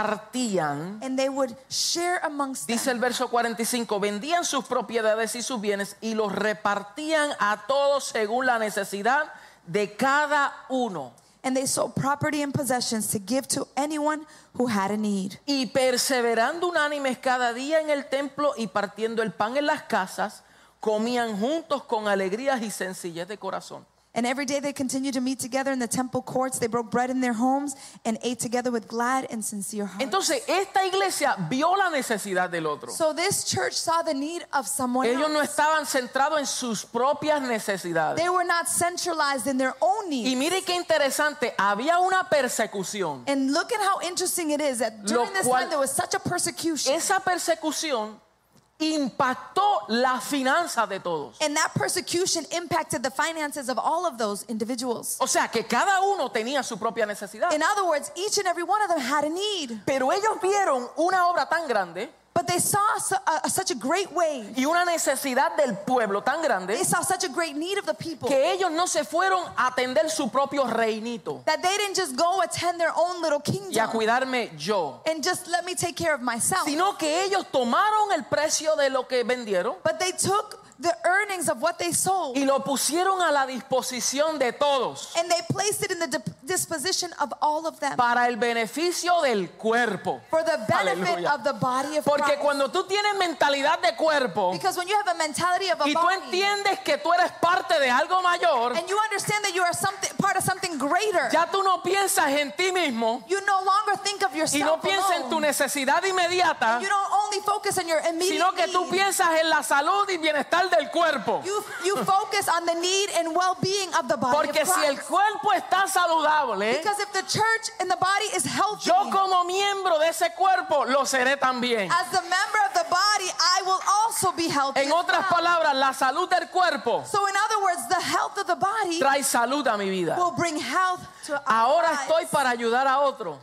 Speaker 1: repartían.
Speaker 2: and they would share amongst them.
Speaker 1: Dice el verso 45, vendían sus propiedades y sus bienes y los repartían a todos según la necesidad de cada uno.
Speaker 2: And they sold property and possessions to give to anyone who had a need.
Speaker 1: Y perseverando unánimes cada día en el templo y partiendo el pan en las casas, comían juntos con alegrías y sencillez de corazón.
Speaker 2: And every day they continued to meet together in the temple courts. They broke bread in their homes and ate together with glad and sincere hearts.
Speaker 1: Entonces, esta iglesia vio la necesidad del otro.
Speaker 2: So this church saw the need of someone
Speaker 1: Ellos no
Speaker 2: else.
Speaker 1: estaban centrados en sus propias necesidades.
Speaker 2: They were not centralized in their own
Speaker 1: Y
Speaker 2: need.
Speaker 1: mire qué interesante, había una persecución.
Speaker 2: And look at how interesting it is that
Speaker 1: Lo
Speaker 2: during this
Speaker 1: cual-
Speaker 2: time there was such a persecution.
Speaker 1: Esa persecución impactó las finanzas de todos.
Speaker 2: And that persecution impacted the finances of all of those individuals.
Speaker 1: O sea que cada uno tenía su propia necesidad.
Speaker 2: In other words, each and every one of them had a need.
Speaker 1: Pero ellos vieron una obra tan grande
Speaker 2: But But they saw su- a- a- such a great wave.
Speaker 1: y una necesidad del pueblo tan
Speaker 2: They
Speaker 1: grande
Speaker 2: saw such a great need of the people
Speaker 1: que ellos no se fueron a atender su propio reinito
Speaker 2: that they didn't just go attend their own little kingdom
Speaker 1: y a cuidarme yo,
Speaker 2: and just let me take care of myself.
Speaker 1: sino que ellos tomaron el precio de lo que vendieron
Speaker 2: But they took the earnings of what they sold
Speaker 1: y lo pusieron a la disposición de todos
Speaker 2: and they placed it in the dip- disposition of all of them
Speaker 1: para el beneficio del cuerpo.
Speaker 2: for the benefit
Speaker 1: Aleluya.
Speaker 2: of the body of
Speaker 1: Porque
Speaker 2: Christ.
Speaker 1: cuando tú tienes mentalidad de cuerpo
Speaker 2: Because when you have a mentality of a
Speaker 1: y tú
Speaker 2: body
Speaker 1: entiendes que tú eres parte de algo mayor,
Speaker 2: and you understand that you are something part of something greater,
Speaker 1: ya tú no piensas en ti mismo
Speaker 2: you no longer think of
Speaker 1: y no
Speaker 2: yourself
Speaker 1: piensas en tu
Speaker 2: alone.
Speaker 1: necesidad inmediata,
Speaker 2: You don't only focus on your immediate
Speaker 1: sino que tú
Speaker 2: need.
Speaker 1: piensas en la salud y bienestar del cuerpo.
Speaker 2: You, you focus on the need and well-being of the body
Speaker 1: Porque
Speaker 2: of
Speaker 1: si el
Speaker 2: Christ.
Speaker 1: cuerpo está saludable,
Speaker 2: Because if the church and the body is healthy,
Speaker 1: yo como miembro de ese cuerpo lo seré también.
Speaker 2: as the member of the body, I will also be healthy.
Speaker 1: En
Speaker 2: as
Speaker 1: otras
Speaker 2: well.
Speaker 1: palabras, la salud del cuerpo
Speaker 2: So in other words, the health of the body
Speaker 1: trae salud a mi vida.
Speaker 2: will bring health to our
Speaker 1: Ahora
Speaker 2: lives.
Speaker 1: estoy para ayudar a otro,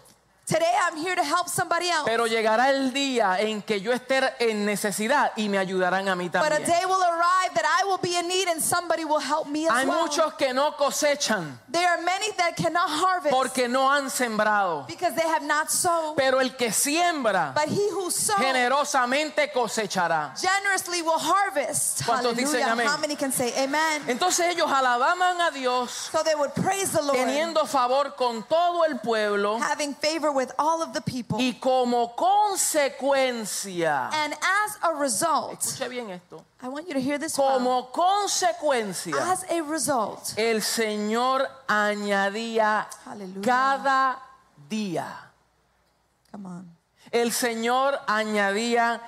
Speaker 2: Today I'm here to help somebody else.
Speaker 1: pero llegará el día en que yo esté en necesidad y me ayudarán a mí
Speaker 2: but a
Speaker 1: también.
Speaker 2: day will arrive that I will be in need and somebody will help me as
Speaker 1: Hay
Speaker 2: well.
Speaker 1: muchos que no cosechan
Speaker 2: There are many that cannot harvest
Speaker 1: porque no han sembrado,
Speaker 2: because they have not sown.
Speaker 1: pero el que siembra
Speaker 2: but he who sows
Speaker 1: generosamente cosechará.
Speaker 2: generously will harvest.
Speaker 1: ¿Cuántos dicen
Speaker 2: Hallelujah.
Speaker 1: amén?
Speaker 2: How many can say amen?
Speaker 1: Entonces ellos alababan a Dios
Speaker 2: So they would praise the Lord,
Speaker 1: teniendo favor con todo el pueblo
Speaker 2: having favor with all of the people.
Speaker 1: y como consecuencia,
Speaker 2: and as a result,
Speaker 1: escuche bien esto,
Speaker 2: I want you to hear this well.
Speaker 1: como consecuencia
Speaker 2: As a result,
Speaker 1: el Señor añadía
Speaker 2: Aleluya.
Speaker 1: cada día.
Speaker 2: come on.
Speaker 1: El Señor añadía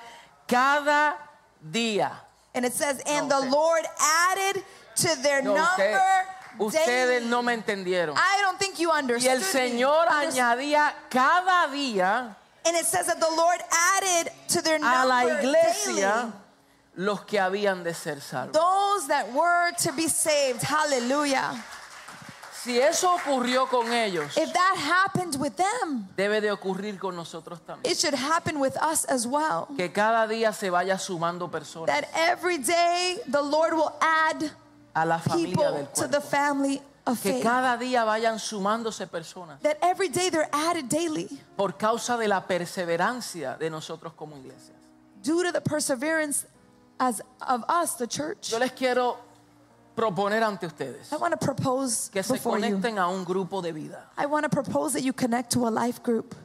Speaker 1: cada día.
Speaker 2: And it says, and
Speaker 1: No,
Speaker 2: the
Speaker 1: usted-
Speaker 2: Lord added to their
Speaker 1: No, usted-
Speaker 2: number
Speaker 1: ustedes
Speaker 2: daily.
Speaker 1: no me entendieron.
Speaker 2: I don't think you
Speaker 1: Y
Speaker 2: understood.
Speaker 1: el Señor
Speaker 2: me. Understood.
Speaker 1: añadía cada día
Speaker 2: And it says that the Lord added to their
Speaker 1: a la
Speaker 2: number
Speaker 1: iglesia
Speaker 2: daily
Speaker 1: los que habían de ser salvos.
Speaker 2: those that were to be saved. Hallelujah.
Speaker 1: Si eso ocurrió con ellos,
Speaker 2: If that happened with them,
Speaker 1: debe de ocurrir con nosotros también.
Speaker 2: it should happen with us as well.
Speaker 1: Que cada día se vaya sumando personas
Speaker 2: That every day the Lord will add
Speaker 1: a la familia del
Speaker 2: people to the
Speaker 1: cuerpo.
Speaker 2: family of
Speaker 1: Que
Speaker 2: faith.
Speaker 1: cada día vayan sumándose personas
Speaker 2: That every day they're added daily
Speaker 1: por causa de la perseverancia de nosotros como iglesias.
Speaker 2: due to the perseverance as of us, the church.
Speaker 1: Yo les quiero proponer ante ustedes
Speaker 2: I want to propose
Speaker 1: que se
Speaker 2: before you.
Speaker 1: conecten a un grupo de vida.
Speaker 2: I want to propose that you connect to a life group.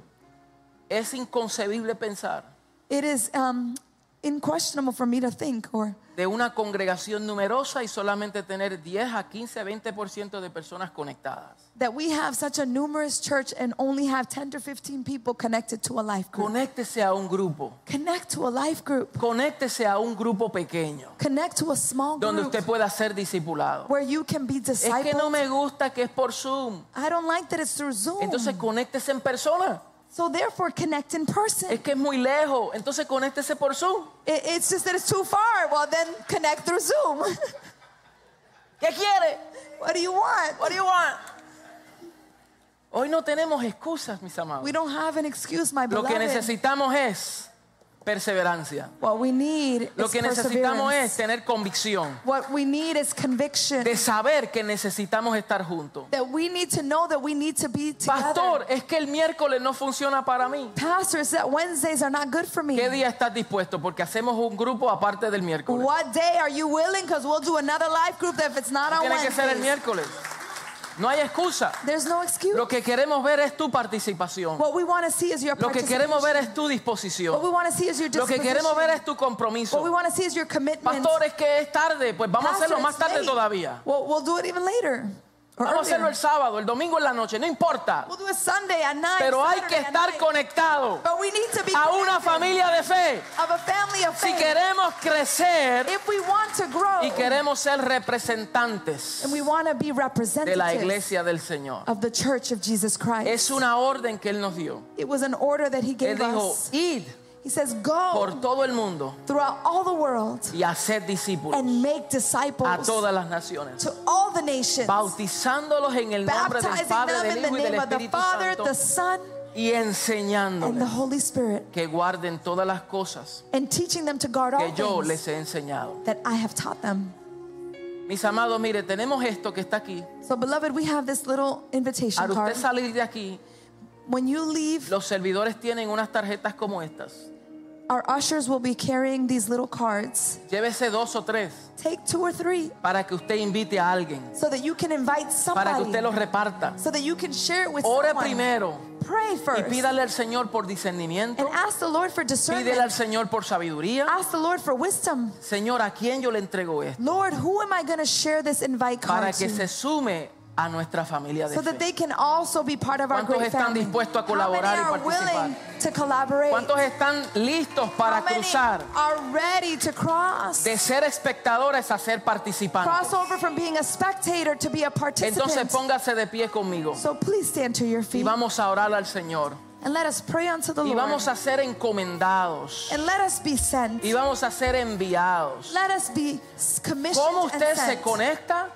Speaker 1: Es inconcebible pensar
Speaker 2: It is um, unquestionable for me to think or
Speaker 1: de una congregación numerosa y solamente tener 10 a 15, 20% de personas conectadas.
Speaker 2: that we have such a numerous church and only have 10 to 15 people connected to a life group.
Speaker 1: Conéctese a un grupo,
Speaker 2: Connect to a life group.
Speaker 1: conéctese a un grupo pequeño
Speaker 2: Connect to a small
Speaker 1: donde
Speaker 2: group
Speaker 1: usted pueda ser discipulado.
Speaker 2: where you can be
Speaker 1: Es que no
Speaker 2: discipled.
Speaker 1: me gusta que es por Zoom.
Speaker 2: I don't like that it's through Zoom.
Speaker 1: Entonces conéctese en persona.
Speaker 2: So therefore connect in person.
Speaker 1: Es que es muy lejos. Entonces conéctese por Zoom.
Speaker 2: It- it's just that it's too far. Well, then connect through Zoom.
Speaker 1: ¿Qué quiere?
Speaker 2: what do you want?
Speaker 1: What do you want? Hoy no tenemos excusas, mis amados.
Speaker 2: We don't have an excuse, my
Speaker 1: Lo que
Speaker 2: beloved.
Speaker 1: necesitamos es perseverancia.
Speaker 2: What we need
Speaker 1: Lo
Speaker 2: is
Speaker 1: que necesitamos
Speaker 2: perseverance.
Speaker 1: es tener convicción
Speaker 2: What we need is conviction.
Speaker 1: de saber que necesitamos estar juntos.
Speaker 2: that we need to know that we need to be together.
Speaker 1: Pastor, es que el miércoles no funciona para mí.
Speaker 2: Pastor, it's that Wednesdays are not good for me.
Speaker 1: ¿Qué día estás dispuesto? Porque hacemos un grupo aparte del miércoles.
Speaker 2: What day are you willing? Because we'll do another life group that if it's not on
Speaker 1: Tiene que ser el
Speaker 2: Wednesdays.
Speaker 1: miércoles. No hay excusa.
Speaker 2: There's no excuse.
Speaker 1: Lo que queremos ver es tu participación.
Speaker 2: What we want to see is your
Speaker 1: Lo que
Speaker 2: participation.
Speaker 1: queremos ver es tu
Speaker 2: What we
Speaker 1: disposición.
Speaker 2: want to see is your
Speaker 1: Lo que
Speaker 2: disposition.
Speaker 1: queremos ver es tu
Speaker 2: What we
Speaker 1: compromiso.
Speaker 2: want to see is your commitment.
Speaker 1: Pastor, es que es tarde. Pues vamos a
Speaker 2: Pastor,
Speaker 1: hacerlo más
Speaker 2: it's
Speaker 1: tarde
Speaker 2: late.
Speaker 1: todavía.
Speaker 2: Well, we'll do it even later. Or
Speaker 1: Vamos a hacerlo
Speaker 2: earlier.
Speaker 1: el sábado, el domingo en la noche, no importa.
Speaker 2: We'll do it Sunday at 9.
Speaker 1: Pero hay que
Speaker 2: Saturday at
Speaker 1: estar
Speaker 2: 9.
Speaker 1: conectado
Speaker 2: But we need to be
Speaker 1: a una
Speaker 2: connected
Speaker 1: familia de fe.
Speaker 2: of a family of
Speaker 1: Si
Speaker 2: faith.
Speaker 1: queremos crecer
Speaker 2: if we want to grow
Speaker 1: y queremos ser representantes
Speaker 2: and we want to be
Speaker 1: de la
Speaker 2: representatives
Speaker 1: iglesia del Señor,
Speaker 2: of the church of Jesus Christ.
Speaker 1: es una orden que Él nos dio.
Speaker 2: It was an order that he
Speaker 1: Él
Speaker 2: gave
Speaker 1: dijo,
Speaker 2: us.
Speaker 1: id
Speaker 2: He says, Go
Speaker 1: por todo el mundo
Speaker 2: throughout all the world
Speaker 1: y haced discípulos
Speaker 2: and make
Speaker 1: a
Speaker 2: disciples
Speaker 1: todas las naciones.
Speaker 2: to all the nations,
Speaker 1: bautizándolos en el nombre del
Speaker 2: baptizing
Speaker 1: Padre, del
Speaker 2: them in the
Speaker 1: Hijo y del
Speaker 2: name of the
Speaker 1: Espíritu
Speaker 2: Father,
Speaker 1: Santo
Speaker 2: the Son,
Speaker 1: y
Speaker 2: and the
Speaker 1: enseñándoles
Speaker 2: Holy Spirit
Speaker 1: que guarden todas las cosas
Speaker 2: and teaching them to guard all
Speaker 1: que yo
Speaker 2: things
Speaker 1: les he enseñado.
Speaker 2: that I have taught them.
Speaker 1: Mis amados, mire, tenemos esto que está aquí.
Speaker 2: So, beloved, we have this little invitation
Speaker 1: Al usted
Speaker 2: card.
Speaker 1: salir de aquí,
Speaker 2: When you leave,
Speaker 1: los servidores tienen unas tarjetas como estas.
Speaker 2: our ushers will be carrying these little cards.
Speaker 1: Llévese dos o tres
Speaker 2: Take two or three
Speaker 1: para que usted invite a alguien,
Speaker 2: so that you can invite
Speaker 1: para que
Speaker 2: somebody,
Speaker 1: usted los reparta.
Speaker 2: so that you can share it with
Speaker 1: Ore
Speaker 2: someone.
Speaker 1: primero
Speaker 2: Pray
Speaker 1: y
Speaker 2: first
Speaker 1: pídale al Señor por
Speaker 2: and
Speaker 1: discernimiento,
Speaker 2: ask the Lord for
Speaker 1: pídele al
Speaker 2: discernment.
Speaker 1: Señor por sabiduría.
Speaker 2: Ask the Lord for wisdom.
Speaker 1: Señor, ¿a quién yo le entrego esto?
Speaker 2: Lord, who am I going to share this invite
Speaker 1: Para
Speaker 2: card
Speaker 1: que se
Speaker 2: to?
Speaker 1: sume a nuestra familia de
Speaker 2: So that
Speaker 1: fe.
Speaker 2: they can also be part of our
Speaker 1: ¿Cuántos
Speaker 2: great
Speaker 1: están
Speaker 2: family.
Speaker 1: dispuestos a
Speaker 2: How many
Speaker 1: colaborar y
Speaker 2: are willing to collaborate?
Speaker 1: ¿Cuántos están listos
Speaker 2: How
Speaker 1: para
Speaker 2: many
Speaker 1: cruzar
Speaker 2: are ready to cross?
Speaker 1: de ser espectadores a ser participantes?
Speaker 2: cross over from being a spectator to be a
Speaker 1: Entonces
Speaker 2: participant.
Speaker 1: póngase de pie conmigo
Speaker 2: so please stand to your
Speaker 1: y
Speaker 2: feet
Speaker 1: vamos a orar al Señor
Speaker 2: and let us pray unto the
Speaker 1: y
Speaker 2: Lord.
Speaker 1: vamos a ser encomendados
Speaker 2: and let us be sent.
Speaker 1: y vamos a ser enviados.
Speaker 2: Let us be s- commissioned
Speaker 1: ¿Cómo
Speaker 2: and
Speaker 1: usted se
Speaker 2: sent.
Speaker 1: conecta?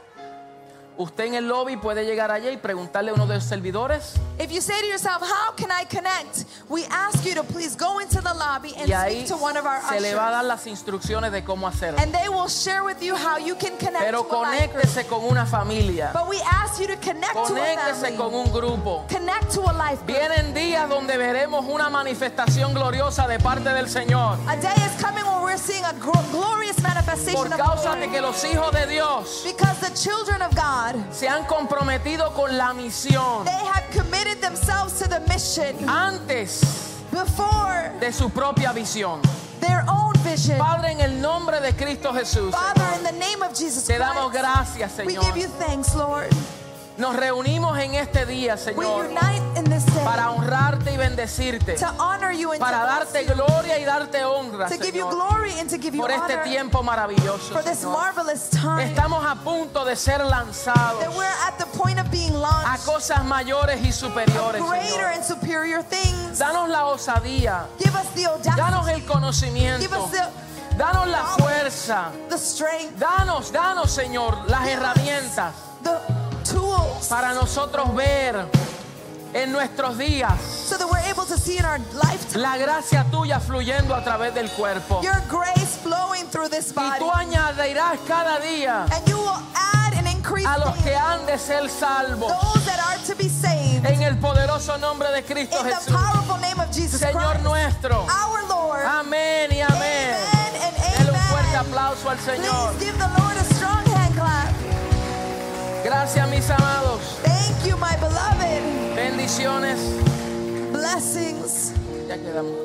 Speaker 1: Usted en el lobby puede llegar allá y preguntarle a uno de los servidores
Speaker 2: If you say to yourself, how can I connect? We ask you to please go into the lobby and
Speaker 1: y ahí
Speaker 2: speak to one of our
Speaker 1: se le va a
Speaker 2: ushers.
Speaker 1: dar las instrucciones de cómo hacerlo.
Speaker 2: And they will share with you how you can connect
Speaker 1: Pero
Speaker 2: to a life group.
Speaker 1: conéctese con una familia,
Speaker 2: But we ask you to connect to a
Speaker 1: conéctese
Speaker 2: family.
Speaker 1: con un grupo.
Speaker 2: Connect to a life group.
Speaker 1: Vienen días donde veremos una manifestación gloriosa de parte del Señor.
Speaker 2: A day is coming when we're seeing a gro- glorious manifestation
Speaker 1: Por
Speaker 2: of
Speaker 1: causa
Speaker 2: glory.
Speaker 1: de que los hijos de Dios
Speaker 2: Because the children of God,
Speaker 1: se han comprometido con la misión
Speaker 2: they have committed themselves to the mission
Speaker 1: antes
Speaker 2: before
Speaker 1: de su propia visión.
Speaker 2: their own vision.
Speaker 1: Padre, en el nombre de Cristo Jesús,
Speaker 2: Father, in the name of Jesus
Speaker 1: te damos
Speaker 2: Christ,
Speaker 1: gracias,
Speaker 2: we
Speaker 1: Señor.
Speaker 2: give you thanks, Lord.
Speaker 1: Nos reunimos en este día,
Speaker 2: We
Speaker 1: Señor,
Speaker 2: unite in this day
Speaker 1: para honrarte y bendecirte,
Speaker 2: to honor you and to,
Speaker 1: para
Speaker 2: bless
Speaker 1: darte
Speaker 2: you,
Speaker 1: gloria y darte honra,
Speaker 2: to give you
Speaker 1: Señor,
Speaker 2: glory and to give you
Speaker 1: por este
Speaker 2: honor
Speaker 1: tiempo maravilloso.
Speaker 2: for this
Speaker 1: Señor.
Speaker 2: marvelous time.
Speaker 1: Estamos a punto de ser lanzados
Speaker 2: that we're at the point of being
Speaker 1: a
Speaker 2: launched
Speaker 1: cosas mayores y superiores.
Speaker 2: greater
Speaker 1: Señor.
Speaker 2: and superior things.
Speaker 1: Danos la osadía,
Speaker 2: Give us the
Speaker 1: danos
Speaker 2: audacity,
Speaker 1: el conocimiento, danos la fuerza,
Speaker 2: the strength,
Speaker 1: danos, danos, Señor, las herramientas
Speaker 2: the tools,
Speaker 1: para nosotros ver en nuestros días
Speaker 2: so that we're able to see in our lifetime
Speaker 1: la gracia tuya fluyendo a través del cuerpo.
Speaker 2: your grace flowing through this
Speaker 1: Y
Speaker 2: body.
Speaker 1: tú añadirás cada día
Speaker 2: And you will add and increase
Speaker 1: a los que
Speaker 2: daily
Speaker 1: han de ser salvos
Speaker 2: those that are to be saved.
Speaker 1: en el poderoso nombre de Cristo
Speaker 2: In the
Speaker 1: Jesús,
Speaker 2: powerful name of Jesus
Speaker 1: Señor
Speaker 2: Christ,
Speaker 1: nuestro.
Speaker 2: our Lord.
Speaker 1: Amén y amén.
Speaker 2: Amen and
Speaker 1: Dele un fuerte
Speaker 2: amen.
Speaker 1: aplauso al Señor.
Speaker 2: Please give the Lord a strong hand clap.
Speaker 1: Gracias, mis amados.
Speaker 2: Thank you, my beloved.
Speaker 1: Bendiciones.
Speaker 2: Blessings.
Speaker 1: Ya quedamos.